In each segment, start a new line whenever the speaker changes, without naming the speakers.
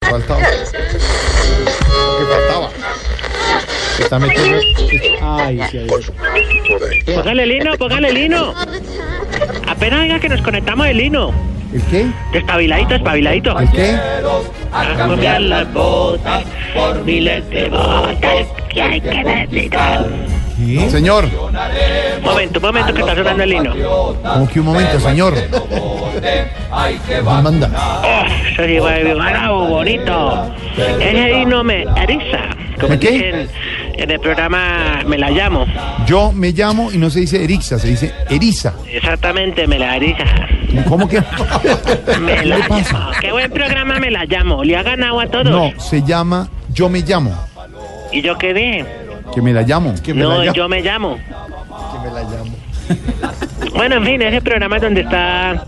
faltaba. Lo que faltaba. Se está metiendo.
Ay, sí, hay otro.
Póngale el hino, póngale el hino. Apenas diga que nos conectamos el hino.
¿El qué?
Despabiladito, espabiladito.
¿El qué?
A cambiar las botas por miles de botas que hay que necesitar.
Señor,
Momento, momento que está sonando el hino.
como que un momento, señor. ¿Quién manda?
Oh, eso sí fue bien bravo, bonito. Ese himno me eriza. Como
¿Me qué?
dicen en el programa Me la llamo.
Yo me llamo y no se dice Erixa, se dice Eriza.
Exactamente, me la eriza.
¿Cómo que?
Me
¿Qué
la
le
llamo.
pasa?
Qué buen programa me la llamo. Le ha ganado a todos.
No, se llama Yo me llamo.
¿Y yo qué dije?
Que me la llamo. Que
No, yo me llamo.
me la llamo.
Bueno, en fin, ese programa es donde está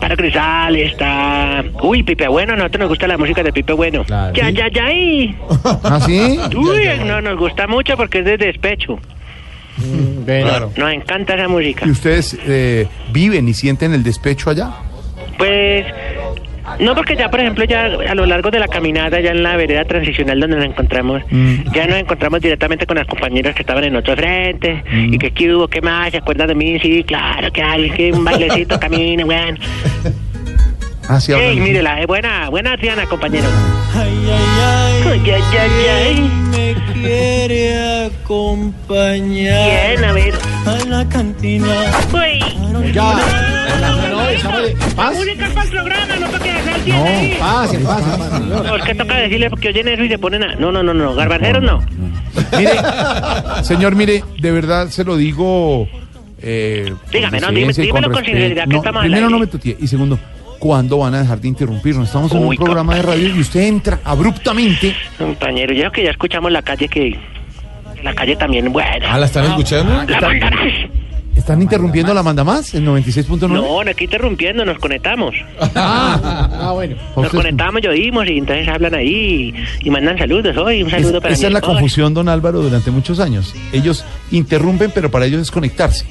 Caro Crisal, está. Uy, Pipe Bueno, a nosotros nos gusta la música de Pipe Bueno.
Claro.
Ya, ya, ya. y-
¿Ah, sí?
Uy, no, nos gusta mucho porque es de despecho.
Claro.
Nos encanta esa música.
¿Y ustedes eh, viven y sienten el despecho allá?
Pues no porque ya por ejemplo ya a lo largo de la caminata ya en la vereda transicional donde nos encontramos
Mm.
ya nos encontramos directamente con las compañeras que estaban en otro frente y
Mm.
que qué hubo qué más se acuerdan de mí sí claro que hay que un bailecito camina bueno
Ah, sí,
Ey,
hablan así.
mírela eh, buena buena Diana compañero
Ay, ay, ay,
Ay, ay, ay,
me
ay.
quiere acompañar
bien a ver
a la cantina.
uy
Paz,
música para el programa no para que haga el día de ahí.
no, paz, en paz, en paz, señor.
¿Por qué toca decirle porque oyen eso y se ponen a... No, no, no, no, garbanceros no.
Mire, señor, mire, de verdad se lo digo. eh,
Dígame, no,
decencia
dime-
y con
dímelo con
respeto.
sinceridad, que
No,
estamos al
Primero
aire.
no me tutee. Y segundo, ¿cuándo van a dejar de interrumpirnos? Estamos en
Uy,
un programa de radio y usted entra abruptamente.
Compañero, yo creo que ya escuchamos la calle que... La calle también, bueno.
Ah, ¿la están escuchando?
¡La mandarás!
¿Están interrumpiendo la manda más? ¿El 96.9?
No, no, aquí interrumpiendo, nos conectamos.
Ah, ah, bueno.
¿Para
Nos
ustedes?
conectamos y oímos y entonces hablan ahí y, y mandan saludos hoy. Un
Es-
saludo para
esa
mi
es la
esposa.
confusión, don Álvaro, durante muchos años. Ellos interrumpen, pero para ellos es conectarse.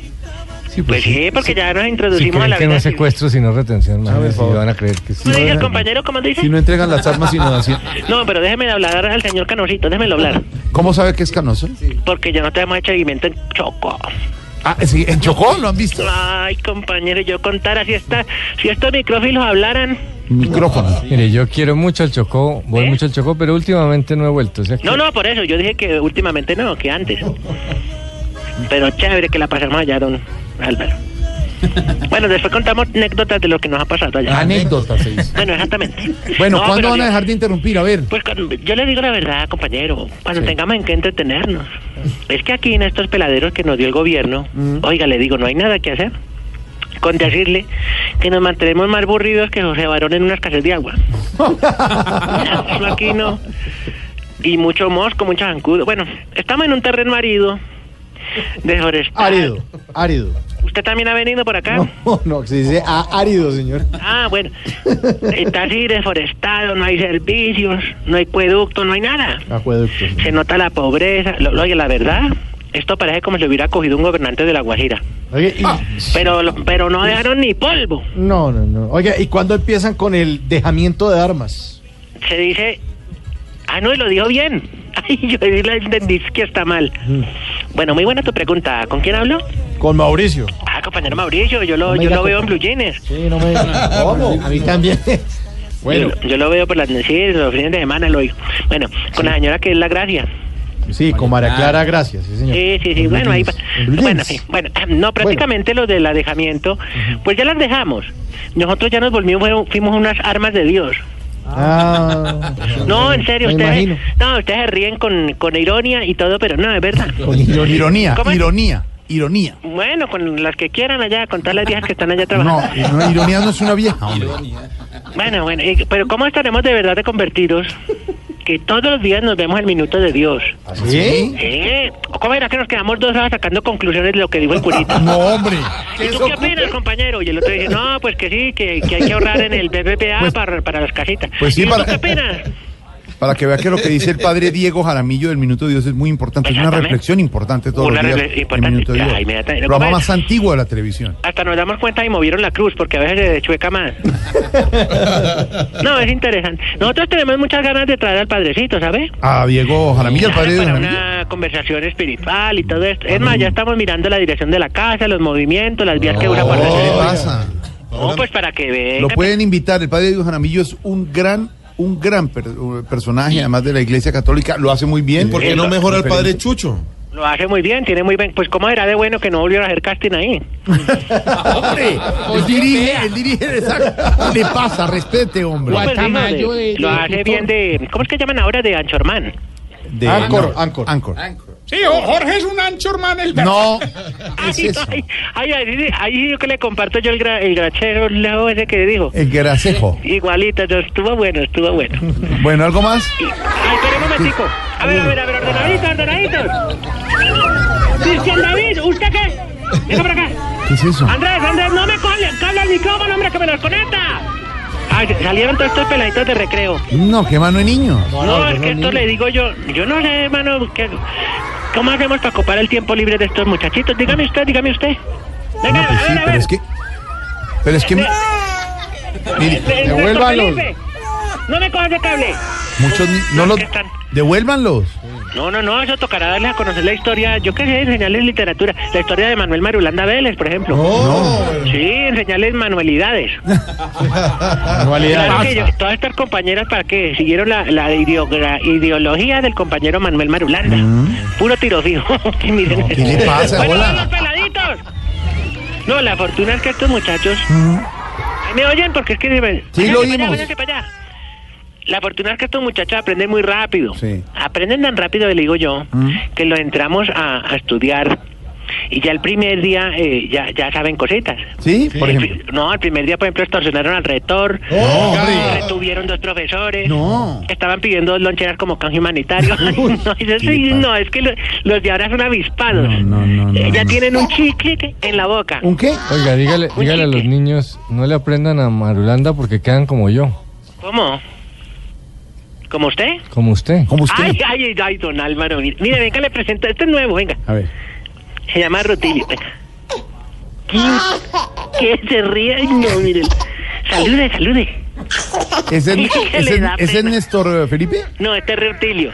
Sí,
Pues sí, porque ya nos
Si
introducimos a
creen
la
que no
vida.
es secuestro, sino retención,
A ver,
imagínate, si
favor.
van a creer que sí.
¿No dice el compañero cómo dice?
Si no entregan las armas, sino así.
No, pero déjeme hablar al señor Canosito, déjemelo hablar.
¿Cómo sabe que es canoso?
Porque ya no te hemos hecho seguimiento en Choco.
Ah, sí, en Chocó lo han visto.
Ay, compañero, yo contara si, esta, si estos micrófilos hablaran.
Micrófono.
Mire, yo quiero mucho al Chocó, voy
¿Eh?
mucho al Chocó, pero últimamente no he vuelto. o sea que-
No, no, por eso. Yo dije que últimamente no, que antes. Pero chévere que la pasamos allá, don Álvaro. Bueno, después contamos anécdotas de lo que nos ha pasado allá.
Anécdota se dice.
Bueno, exactamente.
Bueno,
No,
¿cuándo
pero
van a
yo-
dejar de interrumpir? A ver.
Pues cuando- yo le digo la verdad, compañero. Cuando tengamos en qué entretenernos. Es que aquí en estos peladeros que nos dio el gobierno,
Mm.
oiga, le digo, no hay nada que hacer. Con decirle que nos mantenemos más aburridos que José Barón en una escasez de agua. Eso aquí no. Y mucho mosco, mucho zancudo. Bueno, estamos en un terreno árido. De
Árido, árido.
¿Usted también ha venido por acá?
No, no, se dice a- árido, señor.
Ah, bueno. Está así deforestado, no hay servicios, no hay producto, no hay nada.
Acueducto.
Se nota la pobreza. Lo- lo- oye, la verdad, esto parece como si hubiera cogido un gobernante de La Guajira.
Oye, y-
Pero, lo- pero no dejaron ni polvo.
No, no, no. Oiga, ¿y cuándo empiezan con el dejamiento de armas?
Se dice... Ah, no, y lo dijo bien. Ay, yo sí la entendí, es que está mal. Bueno, muy buena tu pregunta. ¿Con quién hablo?
Con Mauricio.
Ah, compañero Mauricio, yo lo,
No me
yo
diga
lo veo en
compa-
Blue Jeans.
Sí, no me. ¿Cómo? A mí también. Bueno,
Yo, yo lo veo por las sí, los fines de semana, lo oigo. Bueno, con la señora que es la gracia.
sí, con María Clara, gracias, sí, señor.
Sí, sí, sí,
En
bueno, ahí va.
Blue Jeans, en Blue
Bueno,
Jeans.
sí, bueno, ah, no, prácticamente lo del alejamiento, pues ya las dejamos. Nosotros ya nos volvimos, fuimos unas armas de Dios.
Ah,
No, en serio,
me
ustedes,
imagino.
no, ustedes se ríen con, con ironía y todo, pero no, es verdad.
Con ironía,
¿Cómo es?
ironía, ironía.
Bueno, con las que quieran allá, con todas las viejas que están allá
No,
trabajando.
no, ironía no es una vieja, hombre.
Bueno, bueno, y- pero ¿cómo estaremos de verdad de convertidos? Que todos los días nos vemos el minuto de Dios.
Ah,
¿Sí?
¿Eh? ¿Cómo era que nos quedamos dos horas sacando conclusiones de lo que dijo el curita?
No, hombre.
¿Y tú qué opinas, compañero? Y el otro dice, no, pues que sí, que, que hay que ahorrar en el BBPA para, para las casitas.
pues sí,
¿Y tú
para-
qué opinas?
Para que vea que lo que dice el padre Diego Jaramillo del Minuto de Dios es muy importante. Es una
Exactamente.
reflexión importante todos
Una
los días.
refle-
el
importante,
Minuto de
ya,
Dios.
inmediatamente.
Programa
Bueno.
más antiguo de la televisión.
Hasta nos damos cuenta y movieron la cruz, porque a veces se chueca más. No, es interesante. Nosotros tenemos muchas ganas de traer al padrecito, ¿sabe?
A Diego Jaramillo, el padre Diego
para
Jaramillo.
una conversación espiritual y todo esto. Es más, ya estamos mirando la dirección de la casa, los movimientos, las vías que usa para
¿Qué le
hacer.
pasa?
No, pues para que
Lo
venga.
pueden invitar. El padre Diego Jaramillo es un gran, un gran per- personaje, además de la Iglesia Católica. Lo hace muy bien.
¿Por qué no mejora el padre Chucho?
Lo hace muy bien, tiene muy bien. Pues, ¿cómo era de bueno que no volviera a hacer casting ahí?
¡Hombre! Él dirige, él dirige. exacto. ¿Qué le pasa? Respete, hombre.
Pues, digo, de- lo hace bien de. ¿Cómo es que llaman ahora de Anchorman?
De,
Anchor,
no,
Anchor.
Anchor.
Sí, o- Jorge es un ancho, hermano. El verdadero.
No, es
Ay,
eso.
ay, ay, ahí- ahí yo que le comparto yo el, gra- el grachero, el lado ese que dijo.
El gracejo.
Igualita, no, estuvo bueno, estuvo bueno.
Bueno, ¿algo más?
Ay, pero un momentico. A ver, a ver, a ver, ordenaditos, ordenaditos. Cristian David, ¿usted qué? Venga por acá.
¿Qué es eso?
Andrés, Andrés, no me cole, cable el micrófono, hombre, que me los conecta. Ay, salieron todos estos peladitos de recreo.
No, qué mano de niño.
No, es que esto le digo yo. Yo no sé, hermano, ¿qué- ¿cómo hacemos para ocupar el tiempo libre de estos muchachitos? Dígame usted, dígame usted. Venga,
No, pues
a
sí,
ver, a
pero
ver. Eh,
es que. Pero es que. mi- Mire,
Eh, Néstor
devuélvalos.
Felipe, No me cojas de cable.
muchos. ni- No
No,
los.
¿qué están?
Devuélvanlos.
No, no, no, eso tocará darles a conocer la historia, yo qué sé, enseñarles literatura, la historia de Manuel Marulanda Vélez, por ejemplo. Sí, enseñarles manualidades. Claro que yo- todas estas compañeras para que siguieron la, la ideogra- ideología del compañero Manuel Marulanda. Puro tiro fijo. Y miren
Mm. ¿Qué
eso.
le pasa,
Bueno,
hola?
los peladitos. No, la fortuna es que estos muchachos me oyen porque es que se me-
Mm. Sí,
Váyanse
lo
para allá,
oímos.
váyanse para allá. La fortuna es que estos muchachos aprenden muy rápido.
Sí. Mm.
Aprenden tan rápido, le digo yo, que lo entramos a, a estudiar y ya el primer día eh, ya, ya saben cositas.
¿Sí? Por
El
ejemplo.
pri- No, el primer día, por ejemplo, extorsionaron al rector.
No, hombre.
Retuvieron dos profesores.
No.
Estaban pidiendo dos loncheras como canje humanitario. no, eso
¿qué le
sí,
pasa?
no, es que lo- los de ahora son avispados.
No, no, no, no,
Eh, ya
no.
tienen un chicle en la boca.
¿Un qué?
Oiga, dígale,
Un
dígale a los
chique.
niños, no le aprendan a Marulanda porque quedan como yo,
¿Cómo? ¿Como usted?
como usted.
Como usted.
Ay, ay, ay, ay, don Álvaro. Mire, mire, venga, le presento. Este es nuevo, venga.
A ver.
Se llama Rutilio. Venga. ¿Qué? ¿Qué se ríe? Ay, no, mire. Salude, salude.
¿Ese es,
¿Qué
ese
le
es-
da
ese es
pena?
Néstor eh, Felipe?
No, este es Rutilio.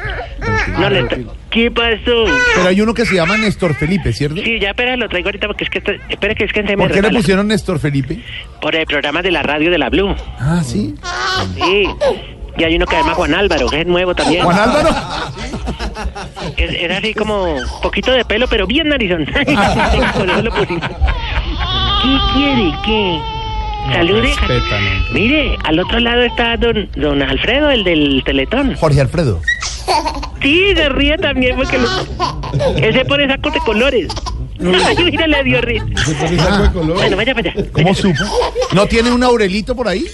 No, le está- ¿Qué pasó?
Pero hay uno que se llama Néstor Felipe, ¿cierto?
Sí, ya espera, lo traigo ahorita porque es que esto- espera que es que se me
¿Por qué le
resbala.
pusieron Néstor Felipe?
por el programa de la radio de la Blue.
Ah, sí.
Sí. Y hay uno que se llama Juan Álvaro, que es nuevo también.
Juan Álvaro.
Es, es así como poquito de pelo, pero bien narizón.
Ah,
Por eso lo pusimos. ¿Qué quiere? ¿Qué? Salude. Mire, al otro lado está don, don Alfredo, el del Teletón.
Jorge Alfredo.
Sí, se ríe también porque lo- ese pone sacos de colores. Ay, mira, le dio risa. Bueno, vaya para allá.
¿Cómo supo? ¿No tiene un aurelito por ahí?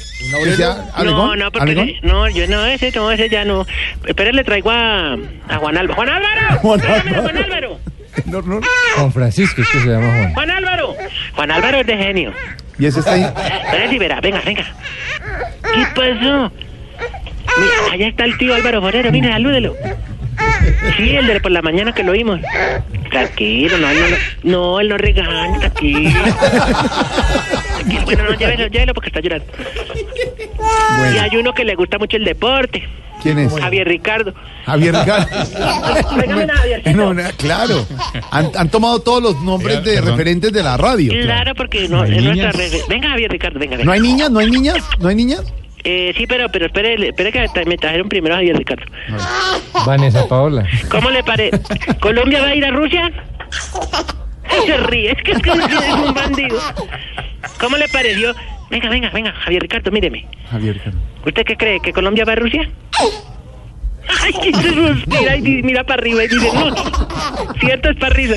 ¿Un
No, no, porque ese- no, yo no, ese no, ese ya no. Espera, le traigo a, a Juan Álvaro. ¡Juan Álvaro!
Juan
Tráigamelo, Juan
Álvaro.
Álvaro!
No, no.
Juan Francisco, es que se llama Juan.
¡Juan Álvaro! Juan Álvaro es de genio.
Y ese está ahí.
Espera, libera, venga, venga. ¿Qué pasó? Mira, allá está el tío Álvaro Forero, mira, salúdelo. Sí, el de por la mañana que lo vimos. Tranquilo, no, él no, lo- no, él no regaña, tranquilo. Tranquilo, Bueno, no, llévelo, llévelo porque está llorando. Y hay uno que le gusta mucho el deporte,
¿Quién es?
Javier Ricardo.
Javier Gal.
Venga, ven, Javiercito.
No, no, claro. Han, han tomado todos los nombres de referentes de la radio.
Claro, porque no, es nuestra red. Venga, Javier Ricardo, venga,
¿No
venga.
hay niñas? ¿No hay niñas? ¿No hay niñas?
Eh, sí, pero, pero espere, espere que tra- me trajeron primero a Javier Ricardo.
Vanessa Paola.
¿Cómo le parece? ¿Colombia va a ir a Rusia? Ay, Se ríe, es que es que usted es un bandido. ¿Cómo le pareció? Venga, venga, venga, Javier Ricardo, míreme.
Javier Gal.
¿Usted qué cree? ¿Que Colombia va a Rusia? Ay, que se suspira y di- mira para arriba y dice, no, cierto, es para risa.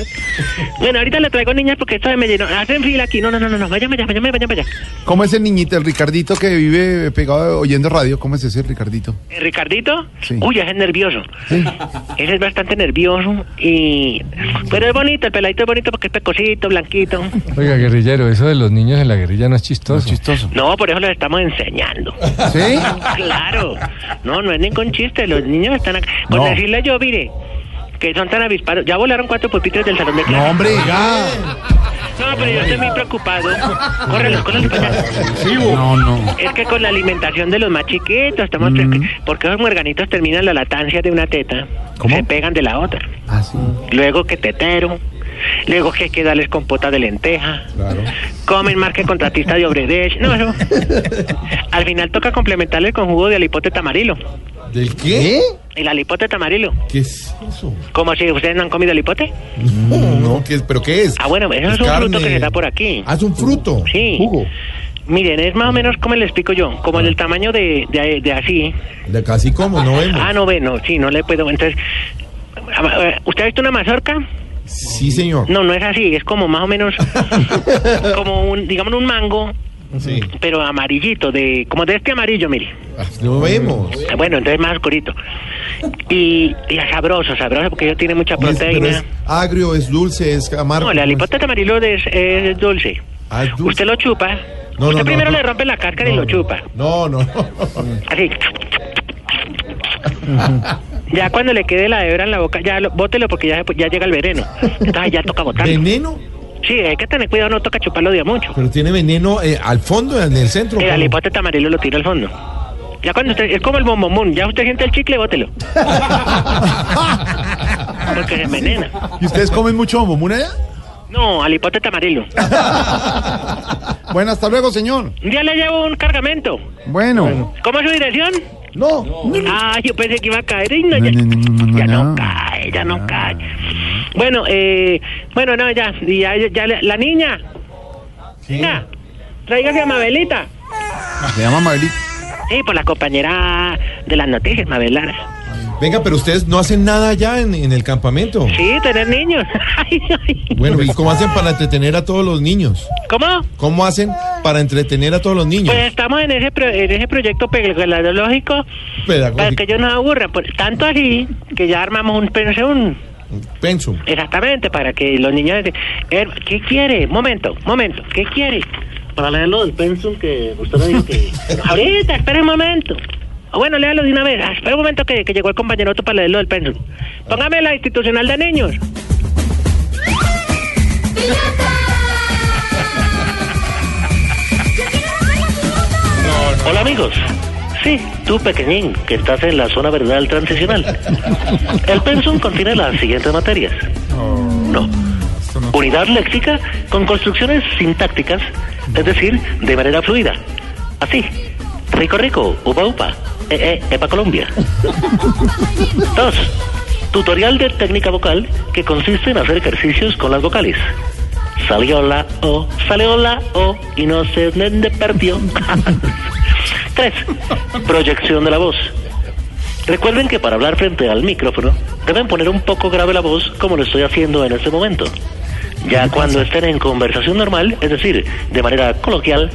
Bueno, ahorita le traigo niñas porque esto me llenó. Hacen fila aquí. No, no, no, no, no. Vayan, vayan, vayan, vayan, vayan.
¿Cómo es el niñito, el Ricardito que vive pegado oyendo radio? ¿Cómo es ese Ricardito?
Eh, Ricardito,
Sí.
uy, ese es nervioso. Él es bastante nervioso y... Pero es bonito, el peladito es bonito porque es pecosito, blanquito.
Oiga, guerrillero, eso de los niños en la guerrilla no es chistoso.
Chistoso.
No, por eso los estamos enseñando.
¿Sí?
Claro. No, no es ningún chiste. Los niños están acá. Con
No.
decirle yo, mire, que son tan avisparos. Ya volaron cuatro pupitres del salón de clase.
No, hombre.
No, pero yo estoy muy preocupado. Córrelos, córrelos para allá.
No, no.
Es que con la alimentación de los más chiquitos,
Mm.
estamos porque los muerganitos terminan la latancia de una teta,
¿Cómo?
se pegan de la otra.
Ah,
Así.
Luego que tetero, luego que hay que darles compota de lenteja. Comen más que contratista de Obredech. No, no. Al final toca complementarle con jugo de alipote tamarilo.
¿Del qué?
El alipote tamarilo.
¿Qué es eso? Mm,
Como si ustedes no han comido alipote.
No, ¿qué es? ¿Pero qué es?
Ah, bueno, eso es un fruto que se da por aquí.
Haz un fruto.
Sí. Miren, es más o menos como les explico yo, como
Ah.
del tamaño de, de, de así.
De casi como, no vemos.
Ah, no ve, no, sí, no le puedo. Entonces, ah, ¿usted ha visto una mazorca?
Sí, señor.
No, no es así, es como más o menos, como un, digamos, un mango,
Sí.
pero amarillito, de como de este amarillo, mire.
Ah, No vemos.
Eh, Bueno, entonces más oscurito. Y, y es sabroso, sabroso, porque eso tiene mucha
Y es- pero
proteína.
es agrio, es dulce, es amargo.
No, la
¿cómo es?
lipota de amarillo es, es dulce.
Ah, es dulce.
Usted lo chupa.
No,
usted
no, no,
primero
no.
le rompe la cáscara y
No,
lo chupa.
No, no.
Así. Ya cuando le quede la hebra en la boca, ya lo, bótelo porque ya, ya llega el veneno. Entonces ya toca botarlo.
¿Veneno?
Sí, hay que tener cuidado, no toca chuparlo de a mucho.
Pero tiene veneno eh, al fondo, en el centro.
El
¿cómo?
alipote tamarillo lo tira al fondo. Ya cuando usted, es como el bombomón, ya usted siente el chicle, bótelo. Porque se envenena.
¿Y ustedes comen mucho bombomón allá?
No, alipote tamarillo.
Bueno, hasta luego, señor.
Un día le llevo un cargamento.
Bueno.
¿Cómo es su dirección?
No.
Ah, yo pensé que iba a caer. y no,
No,
ya,
no, no, no,
ya
no,
no
no.
cae, ya no
Ah.
cae. Bueno, eh, bueno, no, ya, y ya, ya, ya la- la niña. Venga, tráigase a Mabelita.
Se llama Mabelita.
Sí, por la compañera de las noticias, Mabelana.
Venga, pero ustedes no hacen nada allá en, en el campamento.
Sí, tener niños. Ay, ay.
Bueno, ¿y cómo hacen para entretener a todos los niños?
¿Cómo?
¿Cómo hacen para entretener a todos los niños?
Pues estamos en ese, pro- en ese proyecto pedagógico para que
Pedagógico.
ellos no se aburran. Por- tanto así que ya armamos un pensum.
Pensum.
Exactamente, para que los niños... de- Eh, ¿Qué quiere? Momento, momento. ¿Qué quiere? Para leerlo del pensum que usted me dijo que... Ahorita, espere un momento. Ah, Bueno, léalo de una vez. Ah, espera un momento que, que llegó el compañero otro para leerlo del pensum. Póngame la institucional de niños. Hola amigos. Sí, tú pequeñín, que estás en la zona veredal transicional. El pensum contiene las siguientes materias. No. Unidad léxica con construcciones sintácticas, es decir, de manera fluida. Así. Rico rico, upa upa, eh, eh, epa Colombia. Dos. Tutorial de técnica vocal que consiste en hacer ejercicios con las vocales. Salió la O, salió la O y no se le perdió. Tres. Proyección de la voz. Recuerden que para hablar frente al micrófono deben poner un poco grave la voz como lo estoy haciendo en este momento. Ya cuando estén en conversación normal, es decir, de manera coloquial,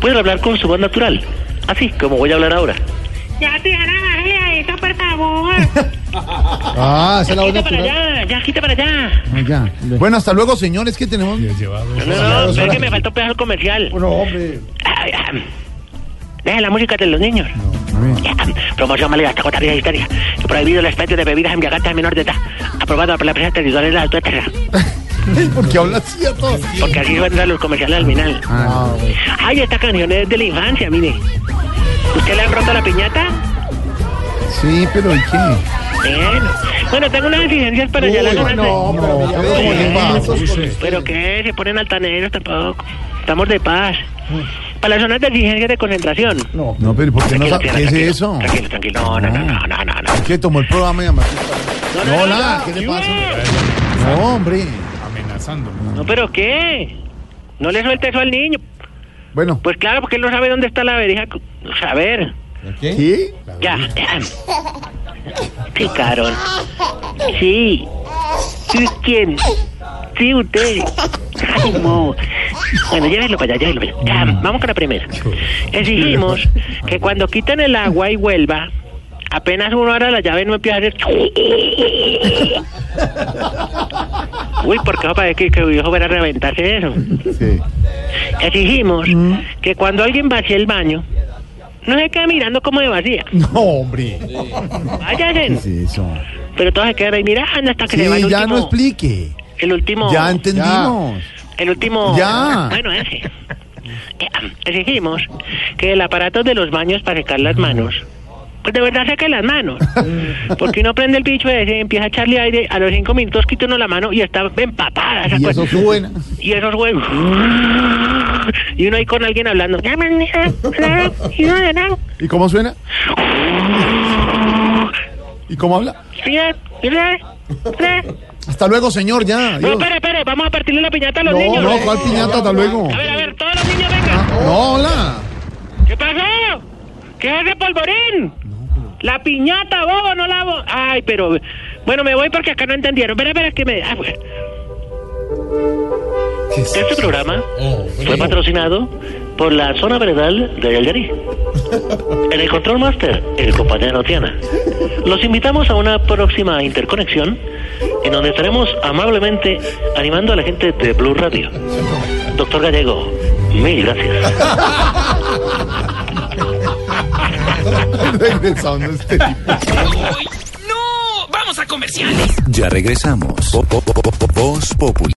pueden hablar con su voz natural, así como voy a hablar ahora. Ya, Tiana, bájale a eso, por favor.
Ah, esa es la voz
Quita para
natural.
allá, ya, quita para allá.
Allá. Bueno, hasta luego, señor. Es que tenemos.
Pues,
No, no, es que me falta un pedazo comercial.
No, hombre.
Ay, ah, Deja la música de los niños. Ya, ah, Promoción válida hasta cuota vida historia. Prohibido el expendio de bebidas embriagantes a menor de edad. Aprobado por la prensa territorial de la altura
Porque habla así a todos.
Porque así van a dar los comerciales al final.
Ah,
Ay, esta canción es de la infancia, mire. ¿Usted le han roto la piñata?
sí, pero ¿y qué?
Bien. Bueno, tengo unas exigencias para allá.
Uy,
las
No,
No,
pero
pero
mira,
¿cómo le va?
Pero que se ponen altaneros tampoco. Estamos de paz. Para las zonas de exigencia de concentración.
No, pero ¿y ¿por qué no
Tranquilo,
sabe
tía,
qué es
tranquilo,
eso?
Tranquilo, tranquilo. No, no, no, no, no, no. no.
¿Qué tomó el programa y llamó?
No,
No,
no,
nada,
no.
¿qué le pasa? No, hombre.
No, pero ¿qué? No le suelte eso al niño.
Bueno,
Pues claro, porque él no sabe dónde está la verija. O sea, a ver,
¿Qué?
¿qué?
ya. Sí, Carol. Sí. ¿Sí quién? Sí, usted. Ay, no. Bueno, llévenlo para allá, llévenlo para allá. Ya, vamos con la primera. Exigimos que cuando quiten el agua y vuelva, apenas uno ahora la llave no empieza a hacer... Uy, porque eso parece que, que mi hijo fuera a reventarse eso.
Sí.
Exigimos que cuando alguien vacíe el baño, no se quede mirando cómo se vacía.
No, hombre.
Váyanse.
¿Qué es eso?
Pero todos se quedan ahí mirando hasta que
Sí,
se va el último.
ya no explique.
El último.
Ya entendimos.
El último.
Ya.
Bueno, ese. Eh, Exigimos que el aparato de los baños para secar las manos. Pues de verdad seque las manos. Porque uno prende el bicho ese, empieza a echarle aire, a los cinco minutos quita uno la mano y está empapada. esa
Y
cosa.
eso suena.
y esos huevos. Y uno ahí con alguien hablando.
¿Y cómo suena? ¿Y cómo habla? Hasta luego, señor, ya.
No,
adiós.
espere, espere, vamos a partirle la piñata a los
No,
niños.
no, ¿cuál Ah. piñata? Hasta luego.
eh, A ver, a ver, todos los niños vengan.
No, hola.
¿Qué pasó? ¿Qué es ese polvorín? La piñata, bobo, no la... bo- Ay, pero... Bueno, me voy porque acá no entendieron. Espera, espera, que me... Ah, bueno. Este programa fue patrocinado por la zona veredal de Yaldarí. En el Control Master, el compañero Tiana. Los invitamos a una próxima interconexión en donde estaremos amablemente animando a la gente de Blue Radio. Doctor Gallego, mil gracias.
Regresando este tipo.
¡No! ¡Vamos a comerciales!
Ya regresamos. Po- po- po- po- po- Voz Populi.